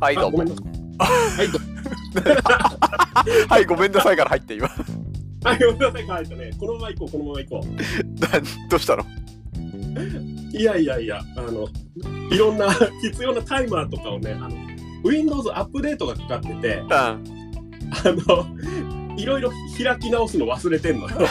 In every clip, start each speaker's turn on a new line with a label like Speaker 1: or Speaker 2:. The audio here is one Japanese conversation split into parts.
Speaker 1: はい、どう
Speaker 2: ご
Speaker 1: も
Speaker 2: めん。なさい。はい、どうも
Speaker 1: はい、ごめんなさいから入って、今。
Speaker 2: はい、ごめんなさい、帰ったね。このまま行こう、このまま行こ
Speaker 1: なんどうしたの
Speaker 2: う。いやいやいや、あの、いろんな必要なタイマーとかをね、あの、Windows アップデートがかかってて、
Speaker 1: うん。
Speaker 2: あの、いろいろ開き直すの忘れてんのよ。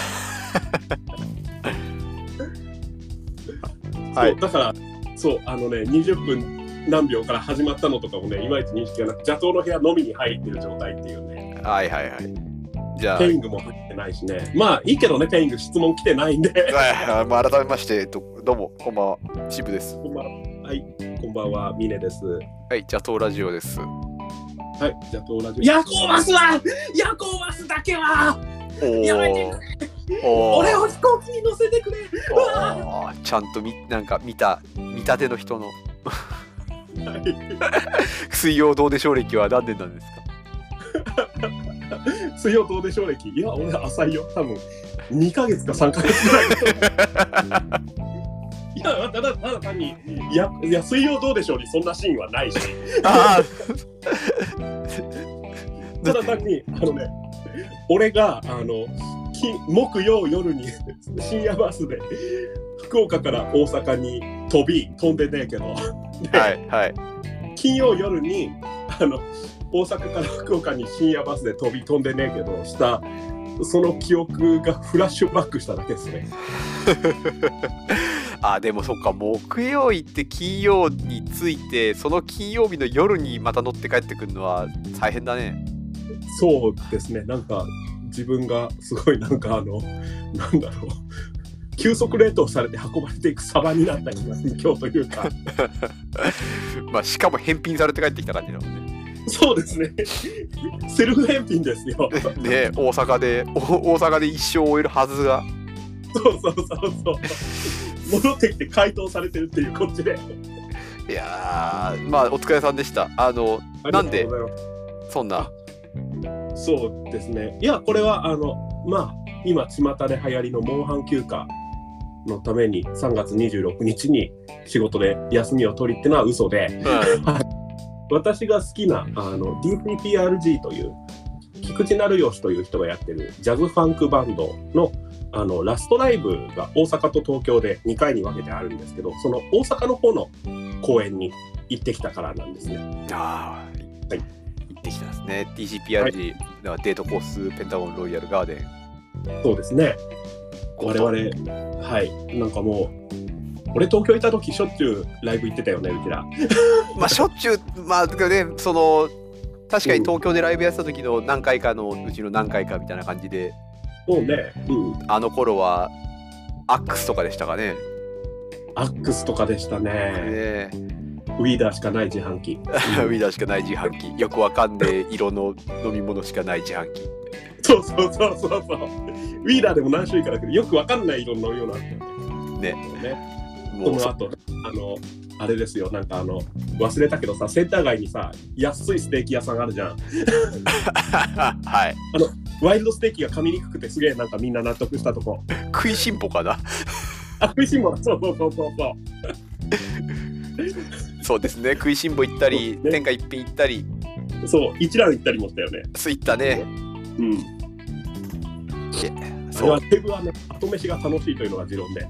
Speaker 1: は
Speaker 2: そ。
Speaker 1: いう
Speaker 2: だから、そう、あのね、20分何秒から始まったのとかもね、いまいち認識がなく、邪道の部屋のみに入ってる状態っていうね、
Speaker 1: はいはいはい。じゃあ
Speaker 2: ペ、イングも入ってないしね、まあいいけどね、ペイング質問来てないんで、
Speaker 1: はいまあ改めまして、どどうも、こんばんは。チブです。
Speaker 2: こんばんは、はい、こんばんは、ミネです。
Speaker 1: はい、邪党ラジオです。
Speaker 2: はい、じゃあ、東ラジオ。夜行バスは夜行バスだけは
Speaker 1: おー
Speaker 2: やめて
Speaker 1: おー
Speaker 2: 俺を飛行機に乗せてくれ
Speaker 1: おーちゃんとみなんか見た見たての人の水曜どうでしょう歴は何年なんですか
Speaker 2: 水曜どうでしょう歴いや、俺浅いよ、多分2ヶ月か3ヶ月ぐらい。いや、ただ、ただ単に、いや、いや水曜どうでしょうにそんなシーンはないし、
Speaker 1: あ
Speaker 2: ただ単に、あのね、俺が、あの、金木曜夜に深夜バスで福岡から大阪に飛び、飛んでねえけど。
Speaker 1: あはいはい
Speaker 2: 金曜夜にあの大阪から福岡に深夜バスで飛び飛んでねえけどしたその記憶がフラッシュバックしただけですね。
Speaker 1: あでもそっか木曜行って金曜に着いてその金曜日の夜にまた乗って帰ってくるのは大変だね
Speaker 2: そうですねなんか自分がすごいなんかあのなんだろう急速冷凍されて運ばれていくサバになった気がする今日というか
Speaker 1: まあしかも返品されて帰ってきた感じだもんね
Speaker 2: そうですねセルフ返品ですよ。
Speaker 1: ね大阪でお大阪で一生終えるはずが
Speaker 2: そうそうそうそう戻ってきて解凍されてるっていうこっちで。
Speaker 1: いやーまあお疲れさんでしたあのなんで
Speaker 2: ありがとうございます
Speaker 1: そんな
Speaker 2: そうですね。いや、これは、あの、まあ、今、巷で流行りのモンハン休暇のために、3月26日に仕事で休みを取りってのは嘘で、
Speaker 1: うん
Speaker 2: 私が好きな、あの、DPPRG という、菊池成吉という人がやってるジャズファンクバンドの、あの、ラストライブが大阪と東京で2回に分けてあるんですけど、その大阪の方の公演に行ってきたからなんですね。
Speaker 1: ああ、
Speaker 2: はい
Speaker 1: 行ってきたんですね。TCPRG、だからデートコース、ペンタゴン、ロイヤルガーデン。
Speaker 2: そうですね。
Speaker 1: ゴ
Speaker 2: 我
Speaker 1: ト
Speaker 2: 々、はい、なんかもう、俺東京いた時しょっちゅうライブ行ってたよね、うちら。
Speaker 1: まあ、しょっちゅう、まあ、だからね、その、確かに東京でライブやってた時の何回かのうちの何回かみたいな感じで、
Speaker 2: もうね、うん、
Speaker 1: あの頃は、アックスとかでしたかね。
Speaker 2: アックスとかでしたね。
Speaker 1: ねえ
Speaker 2: ウィーダーしかない自販機。
Speaker 1: ウィダーしかない自販機。よくわかんねえ色の飲み物しかない自販機。
Speaker 2: そうそうそうそうそう。ウィーダーでも何種類かだけど、よくわかんない色のようなのあったよ
Speaker 1: ね。
Speaker 2: ね。ねそ
Speaker 1: もう
Speaker 2: の
Speaker 1: そ、
Speaker 2: 後、あの、あれですよ、なんかあの、忘れたけどさ、センター街にさ、安いステーキ屋さんあるじゃん。
Speaker 1: はい。
Speaker 2: ワイルドステーキが噛みにくくて、すげえなんかみんな納得したとこ。
Speaker 1: 食いしん坊かな。
Speaker 2: あ、食いしん坊だそうそうそうそうそう。
Speaker 1: そうですね。食いしん坊行ったり、
Speaker 2: ね
Speaker 1: 天下一品行ったり、
Speaker 2: そう、一覧行ったりもしたよね。
Speaker 1: そういったね。
Speaker 2: うん。それ
Speaker 1: そう
Speaker 2: は、テブはね、後飯が楽しいというのが持論で、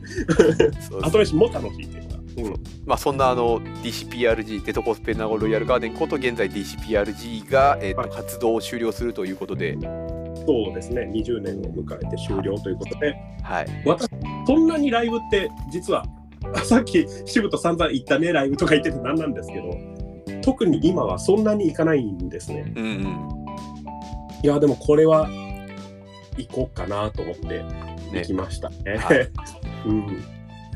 Speaker 1: そう
Speaker 2: 後飯も楽しいっていうのが。
Speaker 1: まあ、そんなあの DCPRG デトコスペナゴロイヤルガーデンこと現在 DCPRG が、えーと
Speaker 2: はい
Speaker 1: 活動を終了するということで、
Speaker 2: うん、そうですね、20年を迎えて終了ということで、
Speaker 1: はい、
Speaker 2: 私、そんなにライブって、実は、 あさっき、渋と散々行ったね、ライブとか言っててなんなんですけど、特に今はそんなに行かないんですね。
Speaker 1: うんうん
Speaker 2: いや、でもこれは、行こうかなと思って、行きましたね。
Speaker 1: はい
Speaker 2: うん、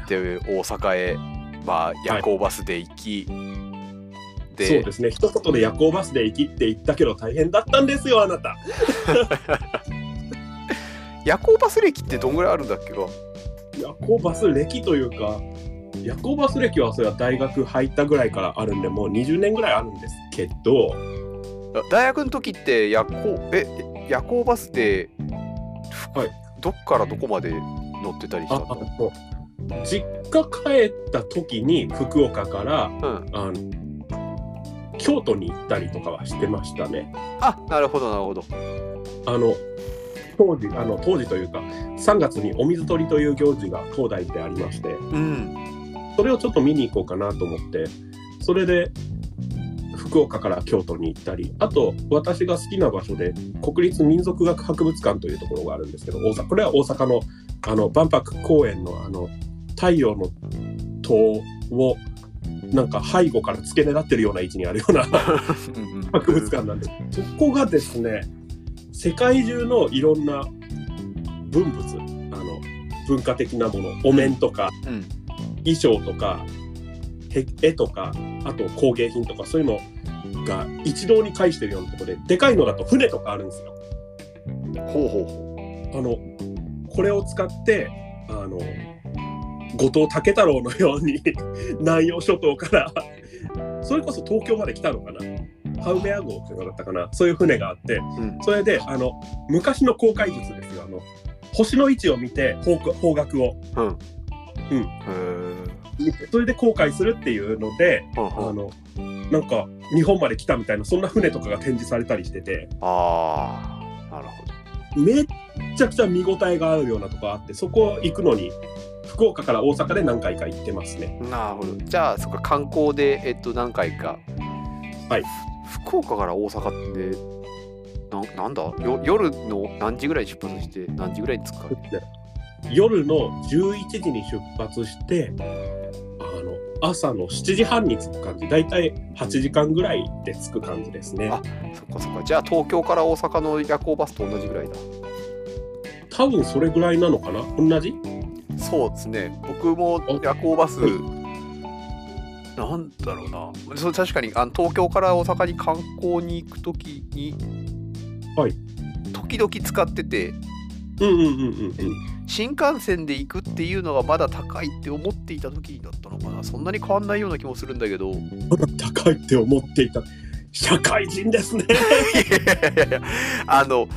Speaker 1: で大阪へ、まあ、夜行バスで行き、
Speaker 2: そう
Speaker 1: で
Speaker 2: ですね、一言で夜行バスで行きって言ったけど、大変だったんですよ、あなた。
Speaker 1: 夜行バス歴ってどんぐらいあるんだっけか
Speaker 2: 夜行バス歴というか夜行バス歴はそれは大学入ったぐらいからあるんでもう20年ぐらいあるんですけど
Speaker 1: あ大学の時って夜行ええ夜行バスで、ふ
Speaker 2: はい
Speaker 1: どっからどこまで乗ってたりし
Speaker 2: あ
Speaker 1: た
Speaker 2: あ
Speaker 1: の
Speaker 2: の実家帰った時に福岡から
Speaker 1: うん
Speaker 2: あの京都に行ったりとかはしてましたね。
Speaker 1: あなるほどなるほど
Speaker 2: あの当時あの当時というか3月にお水取りという行事が東大でありまして
Speaker 1: うん
Speaker 2: それをちょっと見に行こうかなと思ってそれで福岡から京都に行ったりあと私が好きな場所で国立民族学博物館というところがあるんですけど大阪これは大阪のあの万博公園のあの太陽の塔をなんか背後から付け狙ってるような位置にあるような 博物館なんでそこがですね世界中のいろんな文物あの文化的なものお面とか
Speaker 1: うん
Speaker 2: 衣装とかへ絵とかあと工芸品とかそういうのが一堂に会してるようなところででかいのだと船とかあるんですよ。
Speaker 1: ほうほうほ
Speaker 2: あのこれを使ってあの後藤竹太郎のように 南洋諸島からそれこそ東京まで来たのかなハウメア号っていうのだったかなそういう船があって
Speaker 1: う、うん、
Speaker 2: それであの昔の航海術ですよあの星の位置を見て方向方角を
Speaker 1: へー
Speaker 2: 見てそれで航海するっていうので
Speaker 1: ほう
Speaker 2: あ
Speaker 1: ほう
Speaker 2: のなんか日本まで来たみたいなそんな船とかが展示されたりしてて
Speaker 1: ああなるほど
Speaker 2: めっちゃくちゃ見応えがあるようなとこあってそこ行くのに福岡から大阪で何回か行ってますね
Speaker 1: なるほどじゃあそっか観光でえっと何回か
Speaker 2: はい
Speaker 1: ふ福岡から大阪ってななんだよ夜の何時ぐらいに出発して何時ぐらいに着くか
Speaker 2: 夜の11時に出発してあの朝の7時半に着く感じだいたい8時間ぐらいで着く感じですね
Speaker 1: あそっかそっかじゃあ東京から大阪の夜行バスと同じぐらいだ
Speaker 2: 多分それぐらいなのかな同じ
Speaker 1: そうですね僕も
Speaker 2: お
Speaker 1: 夜行バス
Speaker 2: う
Speaker 1: なんだろうなそう確かにあの東京から大阪に観光に行く時に
Speaker 2: はい
Speaker 1: 時々使ってて
Speaker 2: うんうんうんうんうん
Speaker 1: 新幹線で行くっていうのがまだ高いって思っていた時だったのかなそんなに変わんないような気もするんだけどい
Speaker 2: まだ高いって思っていた社会人ですね
Speaker 1: やいやいやあの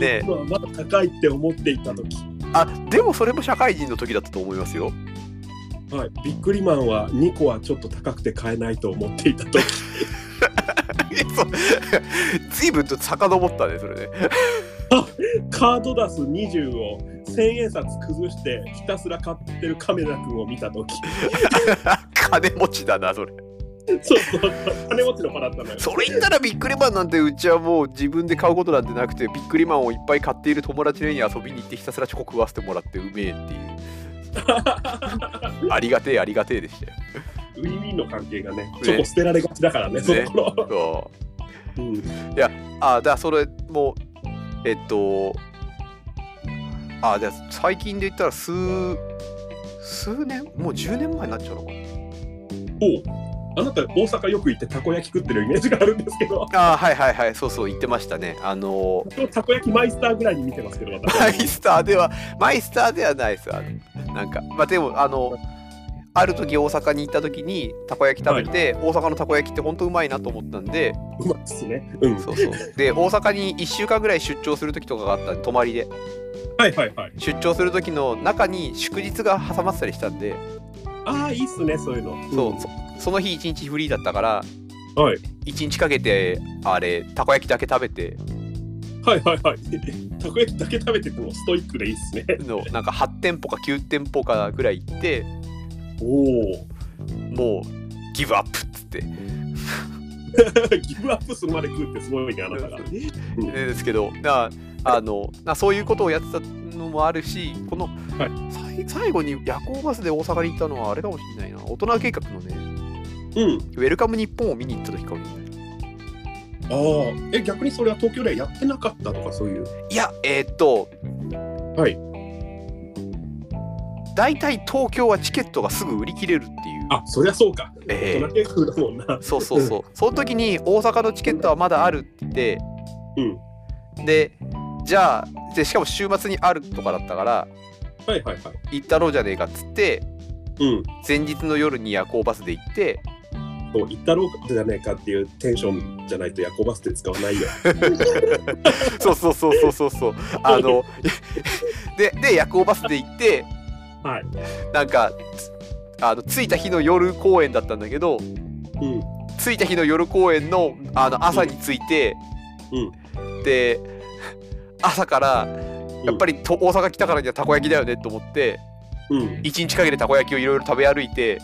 Speaker 1: え
Speaker 2: まだ高いって思っていた時
Speaker 1: あでもそれも社会人の時だったと思いますよ
Speaker 2: はい、ビックリマンは2個はちょっと高くて買えないと思っていた時
Speaker 1: そう随分と遡ったねそれね
Speaker 2: カードダス20を1000円札崩してひたすら買ってるカメラ君を見た時
Speaker 1: 金持ちだなそれ
Speaker 2: そうそう金持ちの子だったのよ
Speaker 1: それ言ったらビックリマンなんてうちはもう自分で買うことなんてなくてビックリマンをいっぱい買っている友達の家に遊びに行ってひたすらチョコ食わせてもらってうめえって いうありがてえありがてえでしたよ
Speaker 2: ウィンウィンの関係がねチョコ捨てられがちだからね
Speaker 1: ね
Speaker 2: その頃、
Speaker 1: そう
Speaker 2: うん、
Speaker 1: あだからそれもえっとあじゃあ最近で言ったら数数年もう10年前になっちゃうのか
Speaker 2: おうあなた大阪よく行ってたこ焼き食ってるイメージがあるんですけど
Speaker 1: なあはいはいはいそうそう言ってましたねあの
Speaker 2: 今日たこ焼きマイスターぐらいに見てますけど私
Speaker 1: マイスターではマイスターではないですあのなんかまあでもあのある時大阪に行った時にたこ焼き食べて、大阪のたこ焼きって本当うまいなと思ったんで
Speaker 2: うまいっすねうん
Speaker 1: そうそうで大阪に1週間ぐらい出張する時とかがあったんで泊まりで
Speaker 2: はいはいはい
Speaker 1: 出張する時の中に祝日が挟まってたりしたんで
Speaker 2: ああいいっすねそういうの
Speaker 1: そうそその日一日フリーだったから
Speaker 2: うんはい
Speaker 1: 一日かけてあれたこ焼きだけ食べて
Speaker 2: はいはいはい。 たこ焼きだけ食べててもストイックでいいっすね。
Speaker 1: のなんか8店舗か9店舗かぐらい行って
Speaker 2: おお。
Speaker 1: もうギブアップっつって
Speaker 2: ギブアップするまで食うってすごいね、あなたが。
Speaker 1: でですけどなあのなそういうことをやってたのもあるしこの、さい最後に夜行バスで大阪に行ったのはあれかもしれないな大人計画のね
Speaker 2: うん。
Speaker 1: ウェルカム日本を見に行った時かもしれない
Speaker 2: ああ。え、逆にそれは東京でやってなかったとかそういう。
Speaker 1: いやえーっと
Speaker 2: はい
Speaker 1: 大体東京はチケットがすぐ売り切れるっていう
Speaker 2: あ、そりゃそうか。
Speaker 1: え
Speaker 2: 大
Speaker 1: え
Speaker 2: 人計画だもんな。
Speaker 1: そうそうそう。その時に大阪のチケットはまだあるって言って、
Speaker 2: うん。
Speaker 1: で、じゃあ、でしかも週末にあるとかだったから、
Speaker 2: はいはいはい。
Speaker 1: 行ったろうじゃねえかっつって、
Speaker 2: うん。
Speaker 1: 前日の夜に夜行バスで行って、
Speaker 2: そう、行ったろうじゃないかっていうテンションじゃないと夜行バスって使わないよ。
Speaker 1: そうそうそうそうそうそう。あの、 で、で、夜行バスで行って、
Speaker 2: はい。
Speaker 1: なんか、あの着いた日の夜公演だったんだけど、
Speaker 2: うん。
Speaker 1: 着いた日の夜公演のあの朝に着いて、で朝からやっぱりと大阪来たからにはたこ焼きだよねと思って
Speaker 2: うん。
Speaker 1: 1日かけてたこ焼きをいろいろ食べ歩いて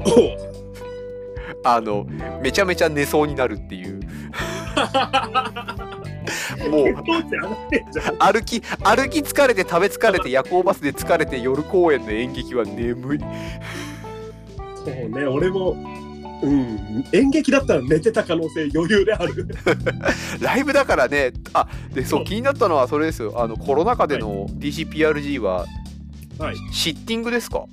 Speaker 2: おう
Speaker 1: あのめちゃめちゃ寝そうになるっていう もう
Speaker 2: 血糖値上がってんじゃん。
Speaker 1: 歩き歩き疲れて食べ疲れて夜行バスで疲れて夜公演の演劇は眠い
Speaker 2: そうね、俺も、うん、演劇だったら寝てた可能性余裕である。
Speaker 1: ライブだからねあでそ
Speaker 2: そうう
Speaker 1: 気になったのはそれですよあのコロナ禍での DCPRG は
Speaker 2: はい。
Speaker 1: シッティングですか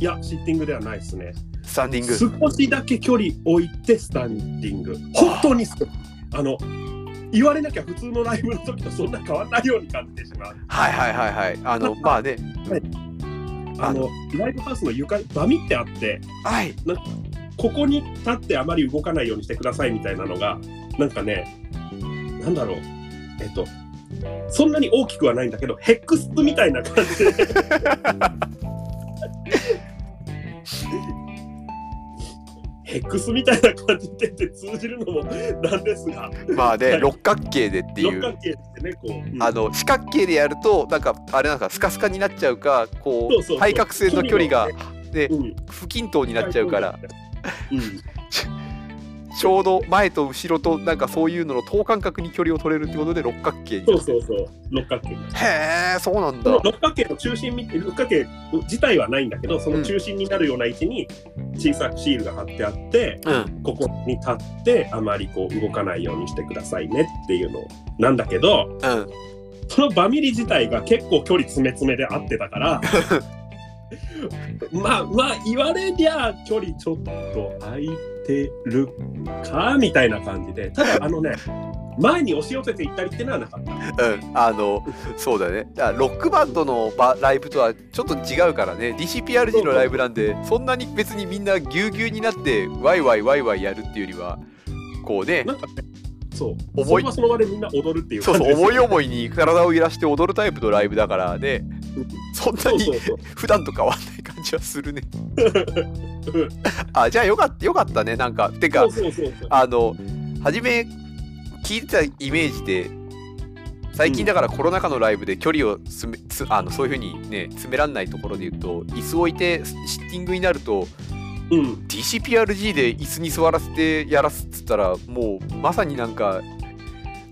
Speaker 2: いや、シッティングではないですね。
Speaker 1: スタンディング
Speaker 2: 少しだけ距離置いてスタンディング。本当に少しあの、言われなきゃ普通のライブの時とそんな変わらないように感じてしまう。
Speaker 1: はいはいはいはいあのまあね
Speaker 2: あの、ライブハウスの床にバミってあって、
Speaker 1: はい
Speaker 2: ここに立ってあまり動かないようにしてくださいみたいなのがなんかねなんだろうえっとそんなに大きくはないんだけどヘックスみたいな感じでヘックスみたいな感じでって通じるのもなんですが
Speaker 1: まあ
Speaker 2: は
Speaker 1: ね
Speaker 2: い
Speaker 1: 六角形でってい
Speaker 2: 六
Speaker 1: う
Speaker 2: 角形ってねこう、うん
Speaker 1: あの四角形でやるとなんかあれなんかスカスカになっちゃうかこ
Speaker 2: そうそう
Speaker 1: う
Speaker 2: そう
Speaker 1: 対角線の距離がで
Speaker 2: うん
Speaker 1: 不均等になっちゃうから、
Speaker 2: うん、
Speaker 1: ちょうど前と後ろとなんかそういうのの等間隔に距離を取れるってことで六角形に
Speaker 2: そうそうそう六角形
Speaker 1: へえそうなん
Speaker 2: そ
Speaker 1: だ
Speaker 2: の六角形の中心み六角形自体はないんだけどその中心になるような位置に小さくシールが貼ってあって、
Speaker 1: うん
Speaker 2: ここに立ってあまりこう動かないようにしてくださいねっていうのなんだけど
Speaker 1: うん
Speaker 2: そのバミリ自体が結構距離詰め詰めで合ってたから まあまあ言われりゃ距離ちょっと空いてるかみたいな感じでただあのね前に押し寄せていったりってのはなかった。
Speaker 1: うんあのそうだねだからロックバンドのバライブとはちょっと違うからね DCPRG のライブなんでそんなに別にみんなぎゅうぎゅうになってワイワイワイワイやるっていうよりはこうね
Speaker 2: なんかねそう
Speaker 1: 思い
Speaker 2: その場その場でみんな踊るっていう
Speaker 1: そ
Speaker 2: 感
Speaker 1: う
Speaker 2: じ
Speaker 1: そう
Speaker 2: です
Speaker 1: 思い思いに体を揺らして踊るタイプのライブだからねそんな
Speaker 2: そう
Speaker 1: に
Speaker 2: そうそう
Speaker 1: 普段と変わんない感じはする ねあじゃあよかったよかったねなんかてか
Speaker 2: そうそうそうそう
Speaker 1: あの初め聞いてたイメージで最近だからコロナ禍のライブで距離を詰めつあのそういう風にね詰めらんないところで言うと椅子置いてシシッティングになると
Speaker 2: うん
Speaker 1: DCPRG で椅子に座らせてやらすっつったらもうまさになんか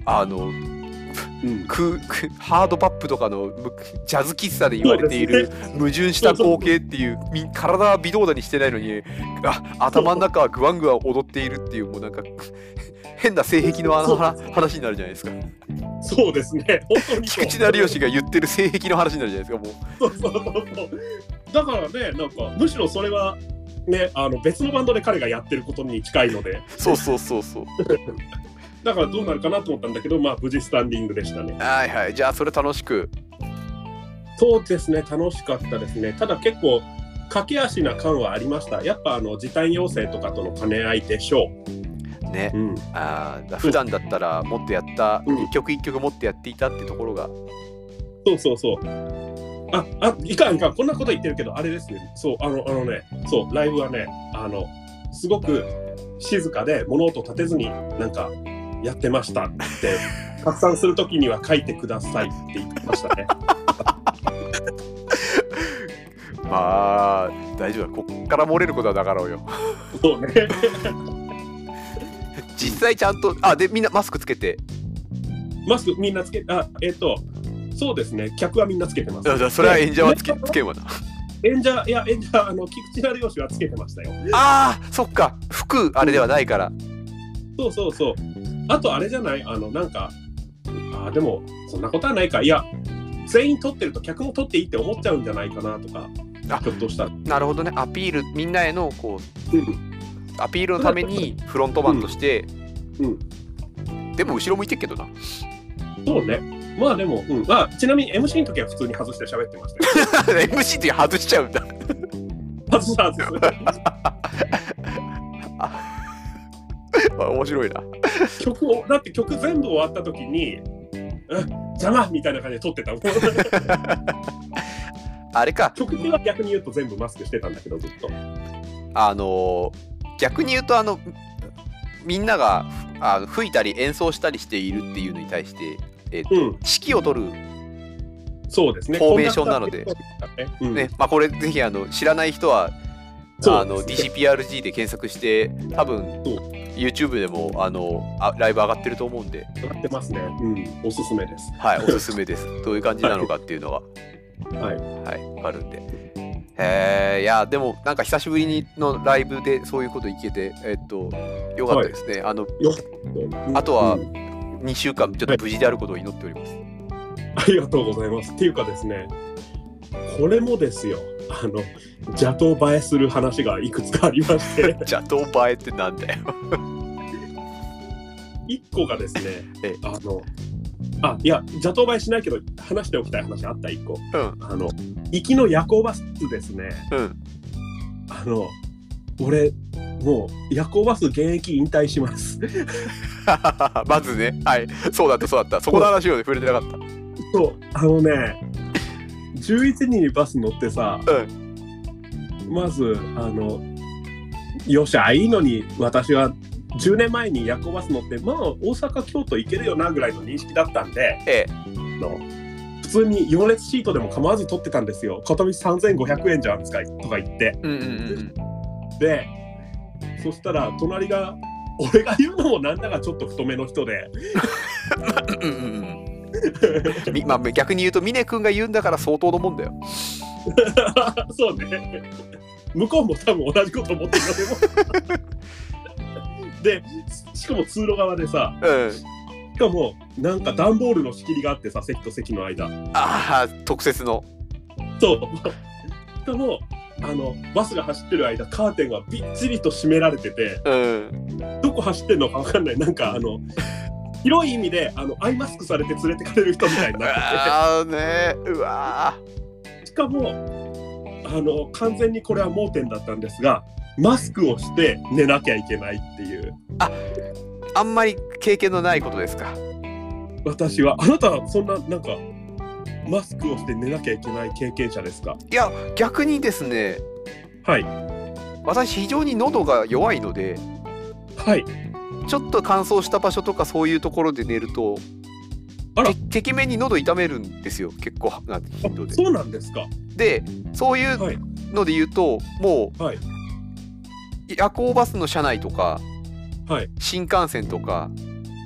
Speaker 1: あの
Speaker 2: うん
Speaker 1: ククハードパップとかのむジャズ喫茶で言われている矛盾した光景っていうみ体は微動だにしてないのにあ頭の中はグワングワン踊っているっていうもうなんか変な性癖のあの話話になるじゃないですか
Speaker 2: そうですね本当にそ
Speaker 1: 菊
Speaker 2: う
Speaker 1: 池成吉が言ってる性癖の話になるじゃないですかも
Speaker 2: そうそうそうそうだからねなんかむしろそれはねあの別のバンドで彼がやってることに近いので
Speaker 1: うそうそうそうそう
Speaker 2: だからどうなるかなと思ったんだけどまあ無事スタンディングでしたね
Speaker 1: はいはいじゃあそれ楽しく
Speaker 2: そうですね楽しかったですねただ結構駆け足な感はありましたやっぱあの時短要請とかとの兼ね合いでしょ
Speaker 1: ね
Speaker 2: う、うん、
Speaker 1: あーだ普段だったらもっとやった
Speaker 2: うん
Speaker 1: 一曲一曲もっとやっていたってところが
Speaker 2: そうそうそう。あ、あ、いかんいかん、こんなこと言ってるけど、あれですね。そう、あの、あのね、そう、ライブはね、あの、すごく静かで物音立てずに、なんか、やってましたって、拡散するときには書いてくださいって言ってましたね。
Speaker 1: まあ大丈夫だこっから漏れることはなかろうよ
Speaker 2: そうね。
Speaker 1: 実際ちゃんとあでみんなマスクつけて
Speaker 2: マスクみんなつけ、あ、えっ、と、そうですね、客はみんなつけてます。
Speaker 1: それは演者はつけつけんわな
Speaker 2: 演者、いや、演者、あの、菊池成吉はつけてましたよ。
Speaker 1: あーそっか服あれではないから
Speaker 2: そうそうそう。あとあれじゃないあの、なんか、あーでも、そんなことはないか。いや、全員取ってると客も取っていいって思っちゃうんじゃないかなとか、
Speaker 1: あ
Speaker 2: ひょっとしたら。
Speaker 1: なるほどねアピールみんなへのこう
Speaker 2: うん
Speaker 1: アピールのためにフロントマンとして、
Speaker 2: うん
Speaker 1: でも後ろ向いてっけどな
Speaker 2: そうね。まあでも、うんまあ、ちなみに MC の時は普通に外して喋ってましたよ。
Speaker 1: MC って外しちゃうんだ
Speaker 2: 外した外した
Speaker 1: あ面白いな
Speaker 2: 曲を、だって曲全部終わった時に、うん邪魔みたいな感じで撮ってた もん
Speaker 1: あれか
Speaker 2: 曲では逆に言うと全部マスクしてたんだけどずっと
Speaker 1: あのー逆に言うとあのみんながあの吹いたり演奏したりしているっていうのに対して、えー
Speaker 2: うん、
Speaker 1: 指揮を取る、
Speaker 2: そうですね。
Speaker 1: フォーメーションなので
Speaker 2: こん形ですからね。
Speaker 1: ねまあ、これぜひあの知らない人は
Speaker 2: そう
Speaker 1: あの
Speaker 2: です
Speaker 1: DCPRG で検索して多分
Speaker 2: そう
Speaker 1: YouTube でもあのあライブ上がってると思うんで、
Speaker 2: うん、やってますね。うん、おすすめです。
Speaker 1: はい、おすすめですどういう感じなのかっていうのは
Speaker 2: はい。
Speaker 1: はい、わかるんで。えー、いや、でも、なんか久しぶりにのライブでそういうこといけて、えっと、よかったですね。あの、あとは
Speaker 2: うん
Speaker 1: 2週間、ちょっと無事であることを祈っております。
Speaker 2: ありがとうございます。っていうかですね、これもですよ、あの、邪道映えする話がいくつかあり まして、
Speaker 1: 邪道映えってなんだよ。
Speaker 2: 1個がですね
Speaker 1: ええ、
Speaker 2: あの、あ、いや、邪道映えしないけど、話しておきたい話あった、1個。
Speaker 1: うん、
Speaker 2: あの、行きの夜行バスですね、
Speaker 1: うん。
Speaker 2: あの、俺、もう夜行バス現役引退します。
Speaker 1: まずね、はい、そうだった、そうだった。そこの話をね、触れてなかっ
Speaker 2: そう、あのね、11人にバス乗ってさ、
Speaker 1: う
Speaker 2: まず、あの、よっしゃ、いいのに、私は10年前に夜行バス乗って、まあ、大阪、京都行けるよなぐらいの認識だったんで、
Speaker 1: た。ええ、
Speaker 2: の普通に行列シートでも構わず取ってたんですよ。片道3500円じゃんすかとか言って。
Speaker 1: うんうんうん
Speaker 2: で、そしたら、隣が、俺が言うのもなんだかちょっと太めの人で、
Speaker 1: うん。うんうんうんみ まあ、逆に言うと、峰君が言うんだから相当のもんだよ。
Speaker 2: そうね。向こうも多分同じこと思ってるでも。で、しかも通路側でさ、
Speaker 1: うん。
Speaker 2: しかもなんか段ボールの仕切りがあってさ、席と席の間。
Speaker 1: ああ、特設の。
Speaker 2: そう。しかも、あの、バスが走ってる間、カーテンがびっちりと閉められてて、
Speaker 1: うん。
Speaker 2: どこ走ってんのかわかんない。なんかあの、広い意味であのアイマスクされて連れてかれる人みたいになってて。
Speaker 1: ああ、ねうわ
Speaker 2: しかもあの完全にこれは盲点だったんですがマスクをして寝なきゃいけないっていう
Speaker 1: ーあんまり経験のないことですか。
Speaker 2: 私はあなたはそんななんかマスクをして寝なきゃいけない経験者ですか
Speaker 1: いや逆にですね
Speaker 2: はい
Speaker 1: 私非常に喉が弱いので
Speaker 2: はい
Speaker 1: ちょっと乾燥した場所とかそういうところで寝ると
Speaker 2: あら
Speaker 1: ててきめに喉痛めるんですよ結構な
Speaker 2: あ
Speaker 1: 頻度で。
Speaker 2: そうなんですか
Speaker 1: でそういう
Speaker 2: はい
Speaker 1: ので言うともう、
Speaker 2: はい
Speaker 1: 夜行バスの車内とか、
Speaker 2: はい
Speaker 1: 新幹線とか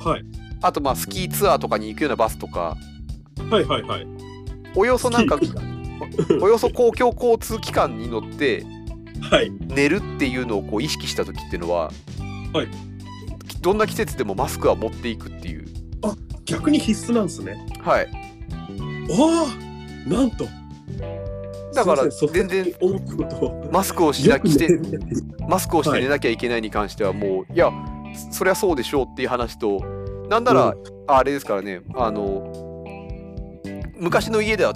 Speaker 2: はい
Speaker 1: あとまあスキーツアーとかに行くようなバスとか
Speaker 2: はいはいはい
Speaker 1: およそなんか
Speaker 2: スキ ー
Speaker 1: およそ公共交通機関に乗って
Speaker 2: はい
Speaker 1: 寝るっていうのをこう意識した時っていうのは、
Speaker 2: はい
Speaker 1: どんな季節でもマスクは持っていくっていう、
Speaker 2: 逆に必須なんですね
Speaker 1: はい、
Speaker 2: ああなんと
Speaker 1: だから
Speaker 2: すいません
Speaker 1: 全然
Speaker 2: 率先に思うことを
Speaker 1: マスクをしな
Speaker 2: よく
Speaker 1: き
Speaker 2: 寝て
Speaker 1: て
Speaker 2: るね
Speaker 1: マスクをして寝なきゃいけないに関してはもういやそそりゃそうでしょうっていう話となんなら、
Speaker 2: う
Speaker 1: あれですからねあの昔の家では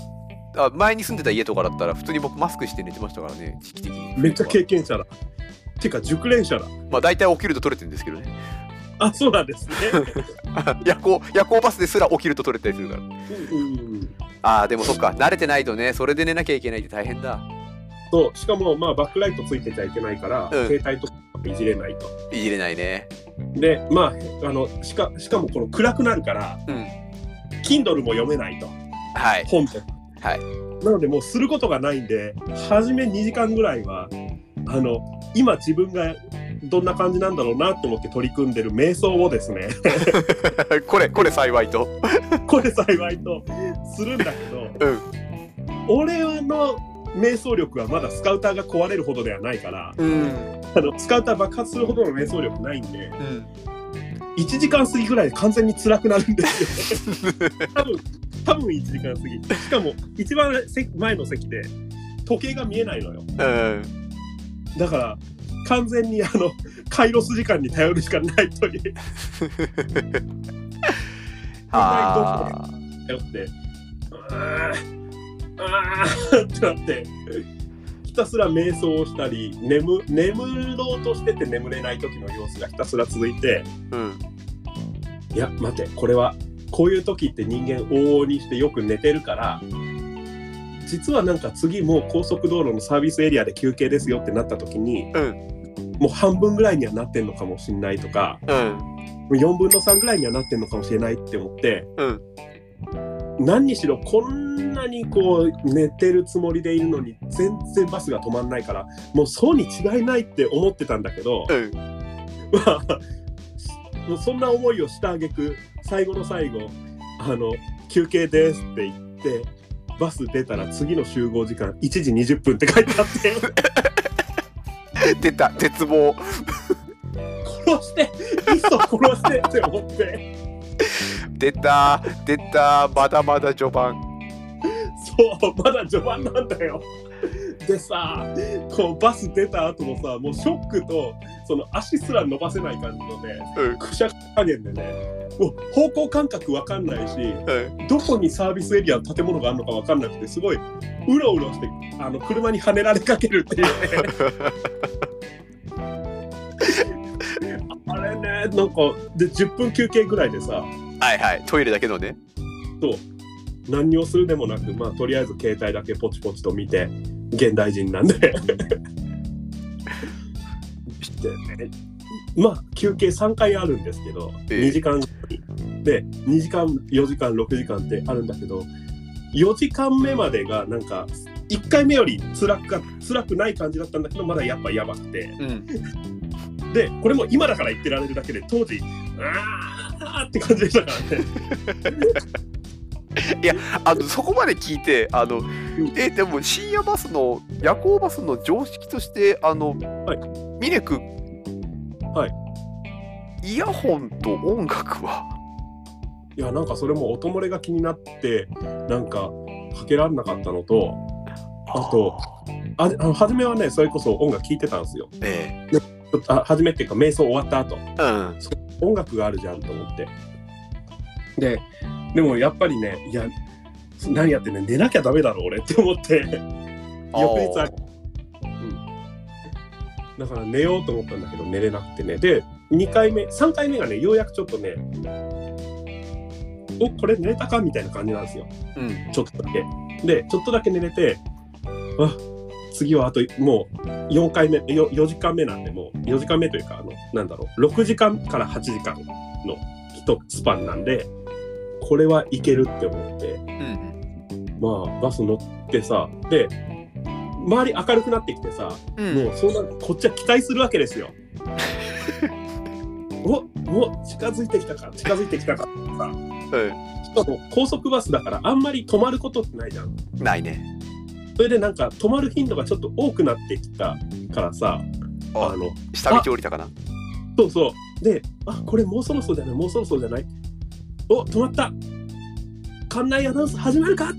Speaker 1: あ前に住んでた家とかだったら普通に僕マスクして寝てましたからね時期的に
Speaker 2: めっちゃ経験者だてか熟練者だ
Speaker 1: まあ大体起きると取れてるんですけどね
Speaker 2: あそうなんですね
Speaker 1: 夜行夜行バスですら起きると取れたりするから
Speaker 2: うんうん
Speaker 1: あーでもそっか慣れてないとねそれで寝なきゃいけないって大変だ
Speaker 2: そうしかもまあバックライトついてちゃいけないから、
Speaker 1: うん
Speaker 2: 携帯とかいじれないと。
Speaker 1: いじれないね
Speaker 2: でまああのしかしかもこの暗くなるから、
Speaker 1: うん
Speaker 2: Kindle も読めないと
Speaker 1: はい
Speaker 2: 本も。
Speaker 1: はい
Speaker 2: なのでもうすることがないんで初め2時間ぐらいはあの今自分がどんな感じなんだろうなと思って取り組んでる瞑想をですね
Speaker 1: これこれ幸いと
Speaker 2: これ幸いとするんだけ
Speaker 1: う
Speaker 2: ど、
Speaker 1: ん
Speaker 2: 俺の瞑想力はまだスカウターが壊れるほどではないから
Speaker 1: うん
Speaker 2: あのスカウター爆発するほどの瞑想力ないんで。
Speaker 1: うん
Speaker 2: 1時間過ぎぐらいで完全に辛くなるんですよ多分多分1時間過ぎしかも一番せ前の席で時計が見えないのよ
Speaker 1: うん
Speaker 2: だから完全にあのカイロス時間に頼るしかないという
Speaker 1: あー
Speaker 2: 頼ってあーあーってなってひたすら瞑想をしたり眠眠ろうとしてて眠れない時の様子がひたすら続いて
Speaker 1: うん
Speaker 2: いや待てこれはこういう時って人間往々にしてよく寝てるから実はなんか次もう高速道路のサービスエリアで休憩ですよってなった時に、
Speaker 1: う
Speaker 2: もう半分ぐらいにはなってんのかもしれないとか
Speaker 1: うん
Speaker 2: もう4分の3ぐらいにはなってんのかもしれないって思って
Speaker 1: うん
Speaker 2: 何にしろこんなにこう寝てるつもりでいるのに全然バスが止まんないからもうそうに違いないって思ってたんだけど、
Speaker 1: うん
Speaker 2: まあもうそんな思いをしたあげく最後の最後あの休憩ですって言ってバス出たら次の集合時間1時20分って書いてあって
Speaker 1: 出た鉄棒
Speaker 2: 殺していっそ殺してって思って
Speaker 1: 出た出たまだまだ序盤
Speaker 2: そうまだ序盤なんだよ。でさこうバス出た後もさもうショックとその足すら伸ばせない感じのね
Speaker 1: うん
Speaker 2: くしゃくしゃ加減でねもう方向感覚わかんないし
Speaker 1: うん
Speaker 2: どこにサービスエリアの建物があるのか分かんなくてすごいうろうろしてあの車にはねられかけるっていう ねあれねなんかで10分休憩ぐらいでさ
Speaker 1: はいはいトイレだけのね
Speaker 2: 何をするでもなくまあとりあえず携帯だけポチポチと見て現代人なんででねまあ休憩3回あるんですけど、
Speaker 1: ええ
Speaker 2: 2時間で2時間4時間6時間ってあるんだけど4時間目までがなんか1回目より辛くか辛くない感じだったんだけどまだやっぱやばくて
Speaker 1: うん
Speaker 2: でこれも今だから言ってられるだけで当時あーって感じでしたからね
Speaker 1: あのそこまで聞いてあのえでも深夜バスの夜行バスの常識としてあの、
Speaker 2: はい
Speaker 1: ミネク
Speaker 2: はい
Speaker 1: イヤホンと音楽はい
Speaker 2: やなんかそれも音漏れが気になってなんかかけられなかったのとあとああの初めはねそれこそ音楽聴いてたんですよ
Speaker 1: え
Speaker 2: あ初めっていうか瞑想終わった後
Speaker 1: えうん
Speaker 2: 音楽があるじゃんと思ってででもやっぱりねいや何やってんねん寝なきゃダメだろ俺って思って 翌日あだから寝ようと思ったんだけど寝れなくてねで2回目3回目がねようやくちょっとねおこれ寝れたかみたいな感じなんですよ
Speaker 1: うん
Speaker 2: ちょっとだけ。で、ちょっとだけ寝れて、あ次はあともう4回目、よ4時間目なんで、もう4時間目というか、あの、なんだろう、6時間から8時間の一スパンなんで、これはいけるって思って、
Speaker 1: うん
Speaker 2: まあ、バス乗ってさ、で、周り明るくなってきてさ、
Speaker 1: うん
Speaker 2: もうそんなこっちは期待するわけで すよ。おお近づいてきたか近づいてきたかってさ
Speaker 1: うん
Speaker 2: しかも高速バスだからあんまり止まることってないじゃん。
Speaker 1: ないね
Speaker 2: それでなんか止まる頻度がちょっと多くなってきたからさ
Speaker 1: あ
Speaker 2: あの
Speaker 1: 下道降りたかな
Speaker 2: そうそうであこれもうそろそろじゃないもうそろそろじゃないお止まった館内アナウンス始まるか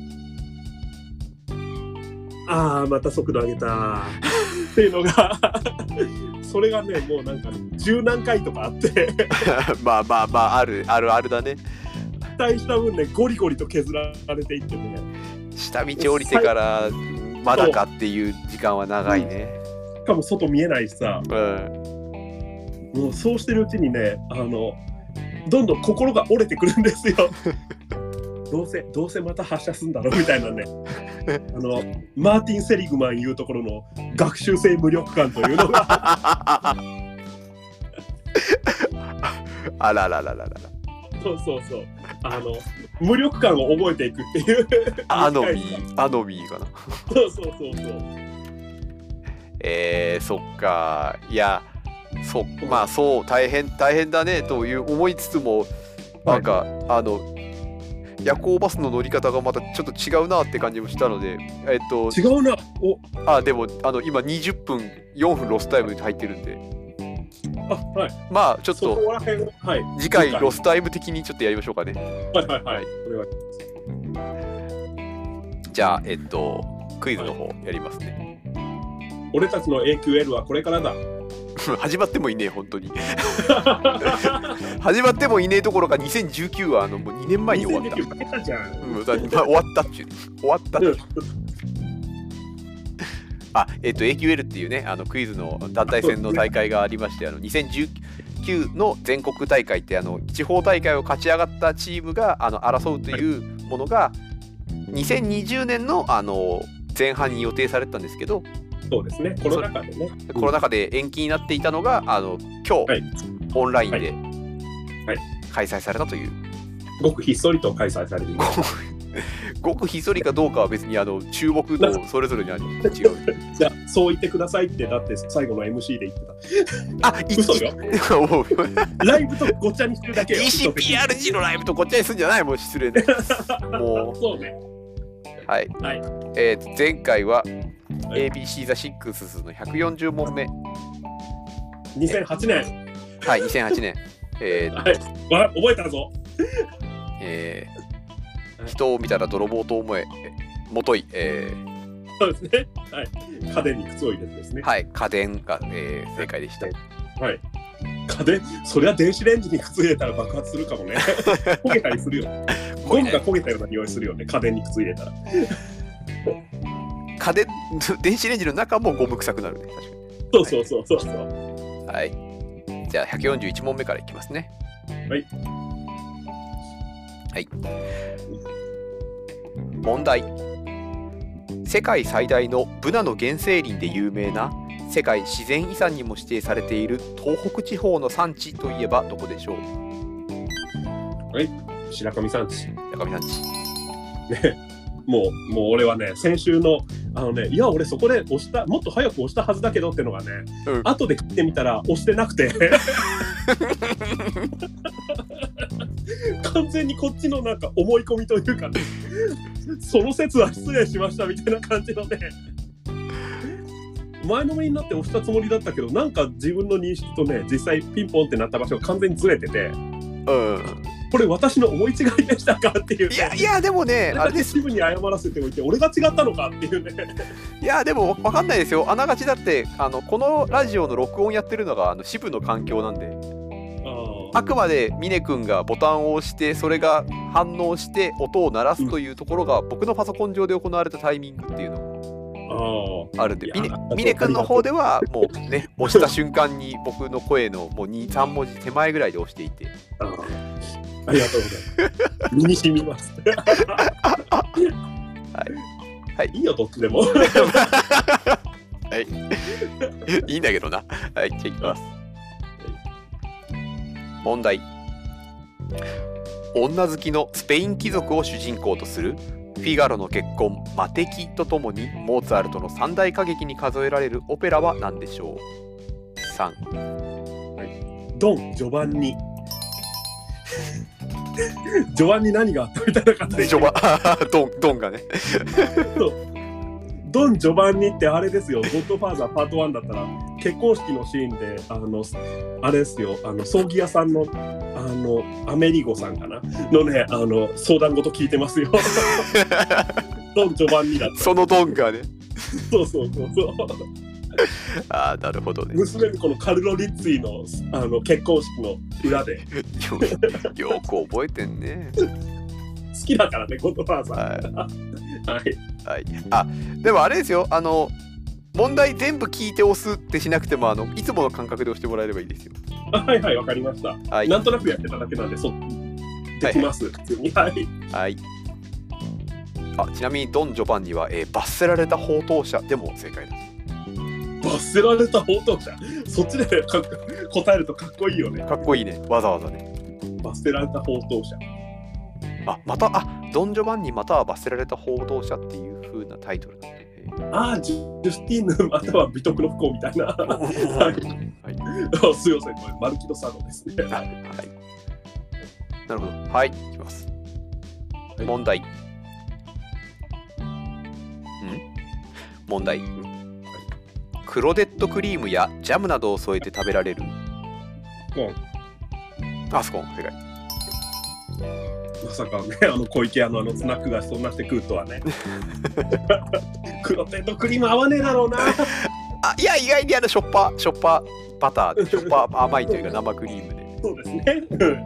Speaker 2: あーまた速度上げたっていうのが それがねもうなんか十何回とかあって
Speaker 1: まあまあまああるあるあるだね
Speaker 2: 期待した分ねゴリゴリと削られていってね
Speaker 1: 下道降りてからまだかっていう時間は長いね
Speaker 2: しかも外見えないしさ
Speaker 1: うん
Speaker 2: もうそうしてるうちにねあのどんどん心が折れてくるんです よどうせどうせまた発射すんだろみたいなねあのマーティン・セリグマンいうところの学習性無力感というの が
Speaker 1: あらららららら
Speaker 2: そうそうそうあの無力感を覚えていくっていう
Speaker 1: アノミーアノミーかな
Speaker 2: そうそうそうそう
Speaker 1: えー、そっかいやそまあそう大変大変だねという思いつつもなんか、あの夜行バスの乗り方がまたちょっと違うなって感じもしたのでえっと
Speaker 2: 違うなお
Speaker 1: あでもあの今20分4分ロスタイムに入ってるんで
Speaker 2: あはい
Speaker 1: まあちょっ
Speaker 2: そ
Speaker 1: と
Speaker 2: こら辺をはい
Speaker 1: 次回
Speaker 2: 次回
Speaker 1: ロスタイム的にちょっとやりましょうかね
Speaker 2: はいはいはい
Speaker 1: はい
Speaker 2: お願い
Speaker 1: じゃあえっとクイズの方やりますね
Speaker 2: 俺たちの AQL はこれからだ
Speaker 1: 始まってもいねえ本当に始まってもいねえどころか2019はあのもう2年前に終わった
Speaker 2: 2019負けたじゃん
Speaker 1: うんだまあ、終わったっていう終わったっていうあえっ、と AQL っていうねあのクイズの団体戦の大会がありましてあの2019の全国大会ってあの地方大会を勝ち上がったチームがあの争うというものが2020年のあの前半に予定されてたんですけど
Speaker 2: そうですね、コロナ禍でね。
Speaker 1: コロナ禍で延期になっていたのがあの今日、
Speaker 2: はい
Speaker 1: オンラインで、
Speaker 2: はい
Speaker 1: 開催されたという、
Speaker 2: ごくひっそりと開催されてい ます。
Speaker 1: ごくひっそりかどうかは別にあの注目度それぞれにある違う
Speaker 2: じゃあ、そう言ってくださいって、だって最後の MC で言ってた。
Speaker 1: あい
Speaker 2: 嘘よ。
Speaker 1: もう
Speaker 2: ライブとごっちゃにしてるだけよ。
Speaker 1: DCPRG のライブとこっちにすんじゃないもう失礼ねも
Speaker 2: そうね。
Speaker 1: うはい、
Speaker 2: はい
Speaker 1: えーと前回は
Speaker 2: はい
Speaker 1: ABC ザシックスの140問目
Speaker 2: 2008年。
Speaker 1: はい2008年 えー
Speaker 2: はい。わ覚えたぞ。
Speaker 1: えー人を見たら泥棒と思えもとい、えー
Speaker 2: そうですね。はい。家電に靴を入れてですね。
Speaker 1: はい、家電が、えー正解でした。
Speaker 2: はい。家電、そりゃ電子レンジに靴入れたら爆発するか もね。焦げたりするよね。ゴムが焦げたような匂いするよね。家電に靴入れたら。
Speaker 1: 家電、電子レンジの中もゴム臭くなるね。確か
Speaker 2: そうそうそうそうそう。
Speaker 1: に。はい。じゃあ、141問目からいきますね。
Speaker 2: はい。
Speaker 1: はい。問題。世界最大のブナの原生林で有名な世界自然遺産にも指定されている東北地方の産地といえばどこでしょう
Speaker 2: 白神さんち。
Speaker 1: 中見さんち。
Speaker 2: もう、もう俺はね、先週の、あのね、いや、俺そこで押した、もっと早く押したはずだけどってのがね、
Speaker 1: うん
Speaker 2: 後で切ってみたら押してなくて。完全にこっちのなんか思い込みというかね、その説は失礼しましたみたいな感じのね。前のめりになって押したつもりだったけど、なんか自分の認識とね、実際ピンポンってなった場所が完全にずれてて、
Speaker 1: うん。
Speaker 2: これ私の思い違いでしたかっていう、ね。
Speaker 1: いや、いや、でもね、あ
Speaker 2: あ
Speaker 1: れ
Speaker 2: れで
Speaker 1: です
Speaker 2: 支部に謝らせておいて、俺が違ったのかっていうね。
Speaker 1: いやでも分かんないですよあながちだってあのこのラジオの録音やってるのがあの支部の環境なんで
Speaker 2: あ
Speaker 1: あくまで峰君がボタンを押してそれが反応して音を鳴らすというところが僕のパソコン上で行われたタイミングっていうの
Speaker 2: あ。
Speaker 1: があるんで
Speaker 2: いや
Speaker 1: 峰
Speaker 2: ありがとう
Speaker 1: 峰君の方ではもう ね押した瞬間に僕の声のもう23文字手前ぐらいで押していて
Speaker 2: ありがとうございます。身に染みます。はい。
Speaker 1: はい
Speaker 2: いよ、どっちでも。
Speaker 1: いいんだけどな。はい、じゃあいきます。問題。女好きのスペイン貴族を主人公とするフィガロの結婚「マテキ」とともにモーツァルトの三大歌劇に数えられるオペラは何でしょう ?3
Speaker 2: ドン、序盤に。序盤に何があったみたいな感じで。
Speaker 1: 序盤 ドンドンがね
Speaker 2: ドン序盤にってあれですよ、ゴッドファーザーパート1だったら、結婚式のシーンで、あの、あれですよ、あの、葬儀屋さんの、あの、アメリゴさんかなのね、あの、相談事聞いてますよ。 ドン序盤にだった。
Speaker 1: そのドンがね
Speaker 2: そうそうそうそう。
Speaker 1: ああなるほどね
Speaker 2: 娘婿のカルロ・リッツィの、あの、結婚式の裏で、
Speaker 1: よよく覚えてんね
Speaker 2: 好きだからね、ゴッドファーザ
Speaker 1: はい
Speaker 2: ー。はい。
Speaker 1: はい、あでもあれですよあの問題全部聞いて押すってしなくてもあのいつもの感覚で押してもらえればいいですよ。
Speaker 2: あはいはい、わかりました。
Speaker 1: はい、
Speaker 2: なんとなくやってただけなんで、そ、できます。普通に。はい。
Speaker 1: はい、あちなみにドン・ジョバンニは、えー罰せられた放蕩者でも正解です。
Speaker 2: 罰せられた放蕩者そっちでかっこ答えるとかっこいいよね
Speaker 1: かっこいいねわざわざね。
Speaker 2: 罰せられた放蕩者
Speaker 1: あまたあドン・ジョバンニまたは罰せられた放蕩者っていう風なタイトルなんで。えー
Speaker 2: ああジュジュスティーヌまたは美徳の不幸みたいな
Speaker 1: はい
Speaker 2: あすいませんこれマルキドサドですね
Speaker 1: はい。なるほど。はい、いきます。
Speaker 2: はい
Speaker 1: 問題。ん問題。クロデットクリームやジャムなどを添えて食べられる。あ、スコーン、正解。
Speaker 2: まさかねあの小池屋のあのスナックがそんなして食うと はね黒手とクリーム合わねえだろ うな
Speaker 1: あ、いや、意外にあの、しょっぱ、しょっぱバターで、しょっぱ甘いというか生クリームで。
Speaker 2: そうですねうん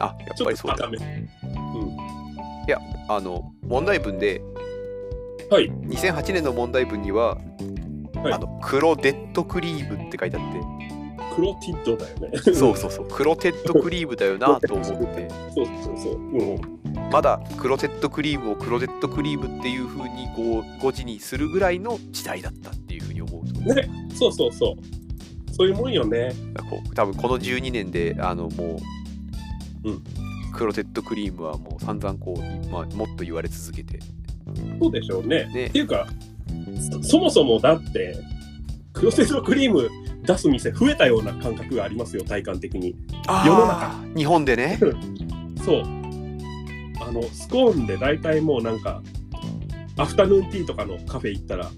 Speaker 1: あ、や
Speaker 2: ち
Speaker 1: っ
Speaker 2: ょ
Speaker 1: ぱり
Speaker 2: っと
Speaker 1: そうだ
Speaker 2: 高。め
Speaker 1: あの、問題文で、
Speaker 2: はい
Speaker 1: 2008年の問題文には、
Speaker 2: はい
Speaker 1: あのクロデットクリームって書いてあって、
Speaker 2: 黒ティッドだよね
Speaker 1: そうそうそう、クロテッドクリームだよなと思って、
Speaker 2: そうそうそう、うん、
Speaker 1: ままだクロテッドクリームをクロテッドクリームっていう風にこう語字にするぐらいの時代だったっていう風に思うと
Speaker 2: そうそうそうそういうもんよね
Speaker 1: こう多分この12年であのもう、
Speaker 2: うん
Speaker 1: クロテッドクリームはもう散々こう、まあ、もっと言われ続けて
Speaker 2: そうでしょうね
Speaker 1: ね
Speaker 2: っていうかそそもそもだってクロテッドクリーム出す店増えたような感覚がありますよ体感的に世の中
Speaker 1: 日本で ね
Speaker 2: そうあのスコーンで大体もうなんかアフタヌーンティーとかのカフェ行ったら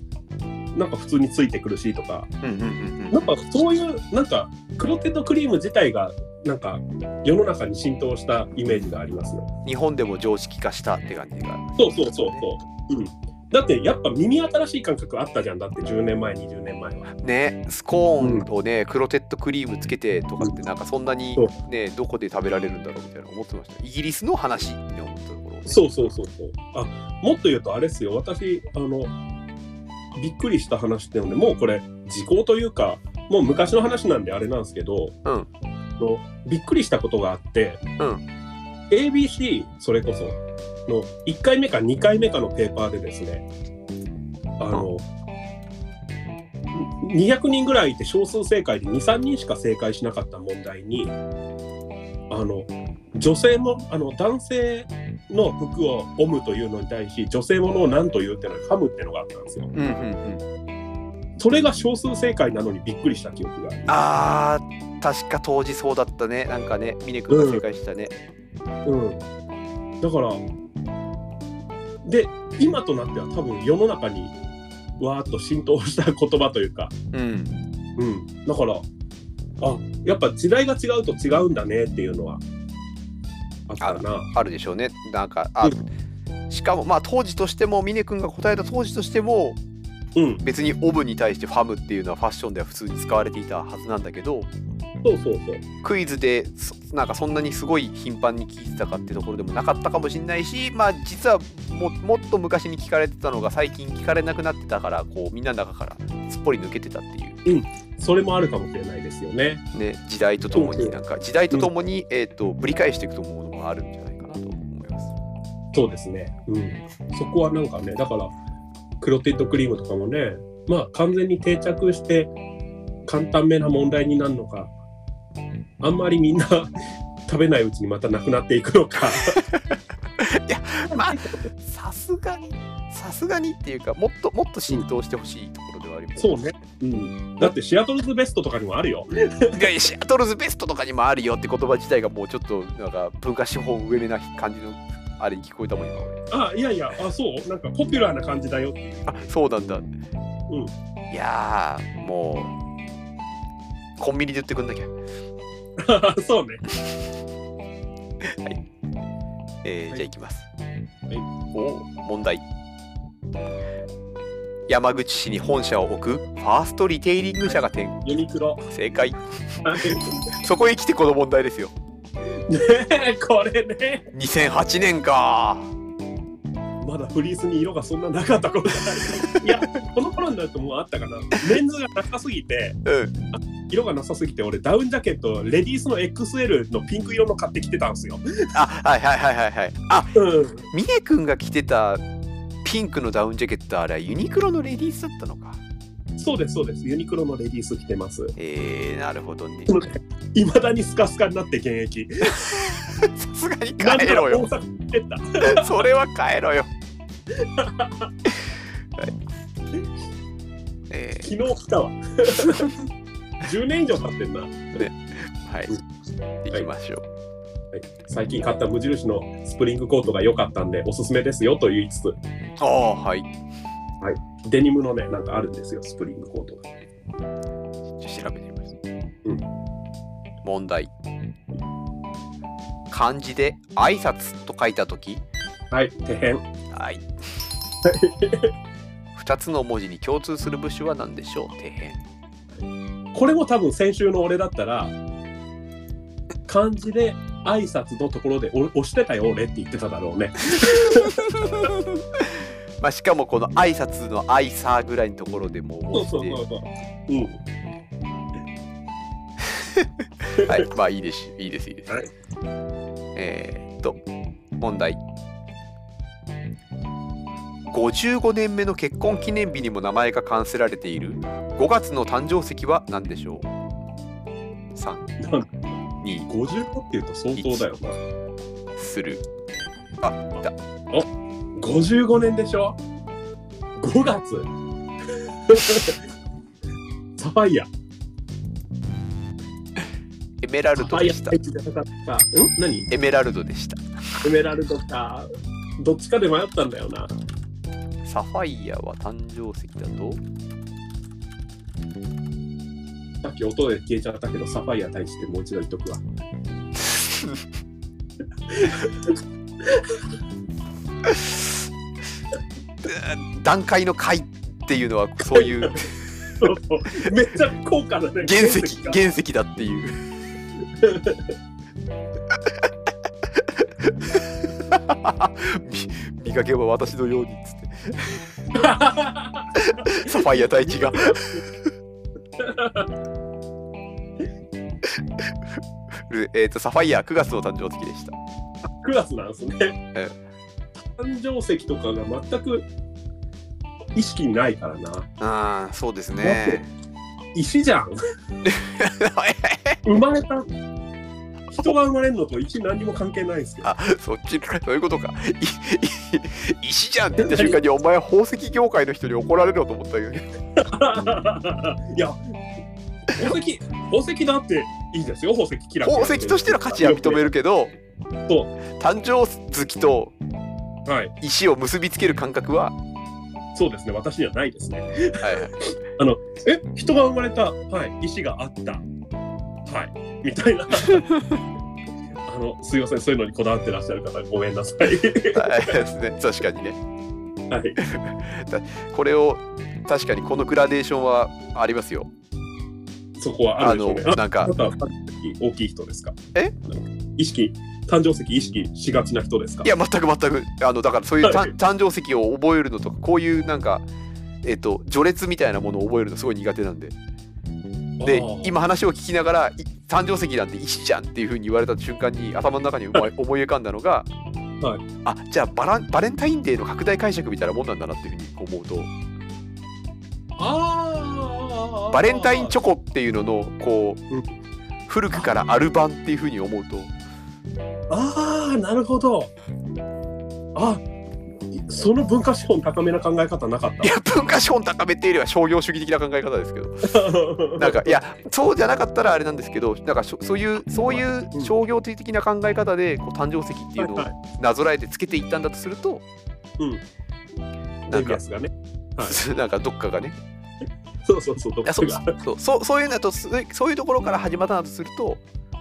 Speaker 2: なんか普通についてくるしとか
Speaker 1: うんうんうんう
Speaker 2: なんんかそういうなんかクロテッドクリーム自体がなんか世の中に浸透したイメージがありますよ
Speaker 1: 日本でも常識化したって感じが
Speaker 2: そうそうそうそう、うん、だってやっぱ耳新しい感覚あったじゃんだって10年前20年前は
Speaker 1: ねスコーンとね、クロテッドクリームつけてとかってなんかそんなに
Speaker 2: そう
Speaker 1: ねどこで食べられるんだろうみたいな思ってましたイギリスの話って思ったところ、ね、
Speaker 2: そうそうそうそうあもっと言うとあれですよ私あのびっくりした話っていうのでもうこれ時効というかもう昔の話なんであれなんですけど、
Speaker 1: うん
Speaker 2: あのびっくりしたことがあって、
Speaker 1: うん
Speaker 2: ABC それこその1回目か2回目かのペーパーでですねあの、200人ぐらいいて少数正解で23人しか正解しなかった問題にあの女性もあの男性の服をオムというのに対し女性ものを何というっていうのはハムっていうのがあったんですよ
Speaker 1: うんうんうん
Speaker 2: それが少数正解なのにびっくりした記憶がありま
Speaker 1: あー確か当時そうだったねなんかね峰君が正解したね、
Speaker 2: すうんだからで今となっては多分世の中にわーっと浸透した言葉というか、
Speaker 1: うん
Speaker 2: うん、だからあやっぱ時代が違うと違うんだねっていうのはあったな
Speaker 1: あるでしょうねなんかあ、
Speaker 2: う
Speaker 1: しかもまあ当時としても峰君が答えた当時としても
Speaker 2: うん
Speaker 1: 別にオブに対してファムっていうのはファッションでは普通に使われていたはずなんだけど
Speaker 2: そうそうそう
Speaker 1: クイズでそなんかそんなにすごい頻繁に聞いてたかってところでもなかったかもしれないしまあ実はももっと昔に聞かれてたのが最近聞かれなくなってたからこうみんなの中からすっぽり抜けてたっていう、
Speaker 2: それもあるかもしれないですよね
Speaker 1: ね、時代ととも
Speaker 2: そう
Speaker 1: に
Speaker 2: そう
Speaker 1: なんか時代とともに、えー、とぶり返していくと思うのもあるんじゃないかなと思います。
Speaker 2: そうですね、うん、そこはなんかねだからクロテッドクリームとかもねまあ完全に定着して簡単めな問題になるのかあんまりみんな 食べないうちにまたなくなっていくのか
Speaker 1: まあさすがにさすがにっていうかもっともっと浸透してほしいところではあります、
Speaker 2: そうね、うん、だってシアトルズベストとかにもあるよ
Speaker 1: いやいやシアトルズベストとかにもあるよって言葉自体がもうちょっとなんか文化資本上めな感じのあれに聞こえたもん今俺
Speaker 2: あいやいやあそうなんかポピュラーな感じだよ って
Speaker 1: あそうなんだ、うんいやーもうコンビニで売ってくんなきゃ
Speaker 2: そうね
Speaker 1: えー
Speaker 2: はい
Speaker 1: じゃあいきます、
Speaker 2: い
Speaker 1: おー問題山口市に本社を置くファーストリテイリング社が転
Speaker 2: ユニクロ
Speaker 1: 正解
Speaker 2: ね
Speaker 1: そこへ来てこの問題ですよ
Speaker 2: えこれね
Speaker 1: 2008年か
Speaker 2: まだフリースに色がそんななかった頃だからいやこの頃になるともうあったかなメンズが高すぎて
Speaker 1: うん
Speaker 2: 色がなさすぎて俺ダウンジャケットレディースの XL のピンク色の買ってきてたんですよ。
Speaker 1: あはいはいはいはいはいあ
Speaker 2: うん、
Speaker 1: ミネ君が着てたピンクのダウンジャケットあれはユニクロのレディースだったのか
Speaker 2: そうですそうですユニクロのレディース着てます。
Speaker 1: えー、なるほどね
Speaker 2: いまだにスカスカになって現役。
Speaker 1: さすがに帰ろ
Speaker 2: な
Speaker 1: よ
Speaker 2: んか大阪行ってっ
Speaker 1: それは帰ろよはいえー
Speaker 2: た昨日来たわ。10年以上経ってんな。
Speaker 1: はい行きましょう
Speaker 2: 最近買った無印のスプリングコートが良かったんでおすすめですよと言いつつ
Speaker 1: ああはい
Speaker 2: デニムのねなんかあるんですよスプリングコートが。
Speaker 1: ちょっと調べてみます、
Speaker 2: うん
Speaker 1: 問題漢字で「挨拶と書いた時
Speaker 2: はい手編
Speaker 1: はい。二つの文字に共通する部首は何でしょう。底辺。
Speaker 2: これも多分先週の俺だったら漢字で挨拶のところでお押してたよ俺って言ってただろうね。
Speaker 1: まあ、しかもこの挨拶の挨拶ぐらいのところでもう
Speaker 2: そう
Speaker 1: 押
Speaker 2: そう
Speaker 1: して
Speaker 2: そうそう。うん。
Speaker 1: はい、まあいいですし、いいです、いいです。
Speaker 2: はい
Speaker 1: えーっと、問題。 55年目の結婚記念日にも名前が冠せられている5月の誕生石は何でしょう ?3 2
Speaker 2: 55っていうと相当だよな。
Speaker 1: する
Speaker 2: 55年でしょ ?5 月サファイア。
Speaker 1: エメラ
Speaker 2: サ
Speaker 1: ル
Speaker 2: フ
Speaker 1: ド
Speaker 2: ァイ
Speaker 1: で
Speaker 2: ア
Speaker 1: した
Speaker 2: 大地じゃなかった。ん何
Speaker 1: エメラルドでした
Speaker 2: エメラルドか。どっちかで迷ったんだよな。
Speaker 1: サファイアは誕生石だと
Speaker 2: さっき音で消えちゃったけど、サファイア大地ってもう一度言っ とくわ。
Speaker 1: 段階の階っていうのはそういう
Speaker 2: めっちゃ高価だね。
Speaker 1: 原石
Speaker 2: が
Speaker 1: 原石だって いうみ磨けば私のようにっつってサファイア大 地がえっとサファイア9月の誕生月でした
Speaker 2: クラスなんですね
Speaker 1: え。
Speaker 2: 誕生石とかが全く意識にないからな。
Speaker 1: ああそうです
Speaker 2: ね石じゃん。生まれた。人が生まれるのと石何にも関係ないんですけど。
Speaker 1: あそっちそういうことかいい石じゃんって言った瞬間にお前宝石業界の人に怒られると思ったけど
Speaker 2: いや、宝石、宝石だっていいですよ、宝石キラキラ
Speaker 1: 宝石としての価値は認めるけど
Speaker 2: そう
Speaker 1: 誕生月と
Speaker 2: はい、
Speaker 1: 石を結びつける感覚は、は
Speaker 2: そうですね、私にはないですね。
Speaker 1: いはい、
Speaker 2: え、人が生まれた、はい、石があった、はい、みたいな。 あの、すいません、そういうのにこだわってらっしゃる方、ごめんなさい。
Speaker 1: 大変 ですね確かにね
Speaker 2: はい、
Speaker 1: これを確かにこのグラデーションはありますよ
Speaker 2: そこはあ
Speaker 1: あ
Speaker 2: るでし
Speaker 1: の
Speaker 2: ょうね。
Speaker 1: なん
Speaker 2: あ
Speaker 1: か
Speaker 2: なたは比較的大きい人ですか
Speaker 1: え
Speaker 2: あの意識、誕生石意識しがちな人ですか
Speaker 1: いや全く全くあのだからそういうた
Speaker 2: はい
Speaker 1: 誕生石を覚えるのとかこういうなんかえっと序列みたいなものを覚えるのすごい苦手なんでで
Speaker 2: あー
Speaker 1: 今話を聞きながらい誕生石なんて石じゃんっていうふうに言われた瞬間に頭の中に思い思い浮かんだのが、
Speaker 2: はい
Speaker 1: あじゃあバランバレンタインデーの拡大解釈みたいなもんなんだなっていうふうにこう思うと
Speaker 2: あー
Speaker 1: バレンタインチョコっていうののこう、
Speaker 2: うん
Speaker 1: 古くからある版っていうふうに思うと
Speaker 2: ああなるほどあその文化資本高めな考え方なかっ
Speaker 1: いや文化資本高めっていうよりは商業主義的な考え方ですけど
Speaker 2: た
Speaker 1: なんかいやそうじゃなかったらあれなんですけどなんかしょそういうそういう商業的な考え方でこう誕生石っていうのを
Speaker 2: はいはい
Speaker 1: なぞらえてつけていったんだとすると、
Speaker 2: うん
Speaker 1: なん
Speaker 2: デビ
Speaker 1: か
Speaker 2: アスがねは
Speaker 1: なんかどっかがね
Speaker 2: そうそうそうどっ
Speaker 1: いやそう
Speaker 2: が
Speaker 1: そうそうそういうのとそうそういうところから始まったなとすると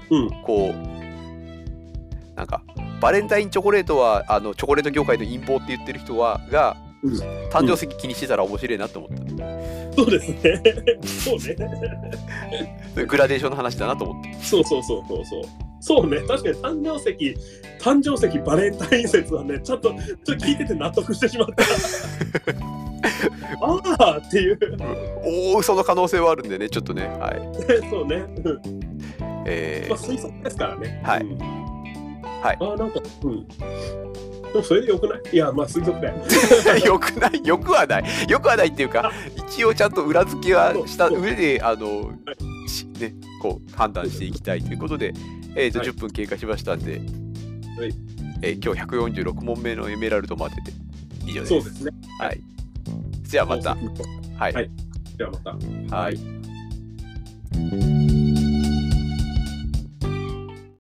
Speaker 2: うん
Speaker 1: こうなんかバレンタインチョコレートはあのチョコレート業界の陰謀って言ってる人はが
Speaker 2: うん
Speaker 1: 誕生石気にしてたら面白いなと思った、
Speaker 2: そうですねそうね
Speaker 1: そういうグラデーションの話だなと思って
Speaker 2: そうそうそうそうそうそうね確かに誕生石誕生石バレンタイン説はねちょっとちょっと聞いてて納得してしまった ああっていう
Speaker 1: おおその可能性はあるんでねちょっとねはい
Speaker 2: そうね、うん
Speaker 1: え
Speaker 2: まあ、推測ですからね。
Speaker 1: はい
Speaker 2: うん
Speaker 1: はい
Speaker 2: あ、なんか、うん。でも、それでよくない。いや、まあ、推測 だよ。
Speaker 1: ー、よくないよくはないよくはないっていうか一応ちゃんと裏付けはした上であのしねこう判断していきたいということで、えーと
Speaker 2: はい
Speaker 1: 10分経過しましたんで、
Speaker 2: はい
Speaker 1: えー今日146問目のエメラルドまでで以上です
Speaker 2: そうですね。
Speaker 1: はいじゃあまた
Speaker 2: は
Speaker 1: はい
Speaker 2: いでは、また。
Speaker 1: はい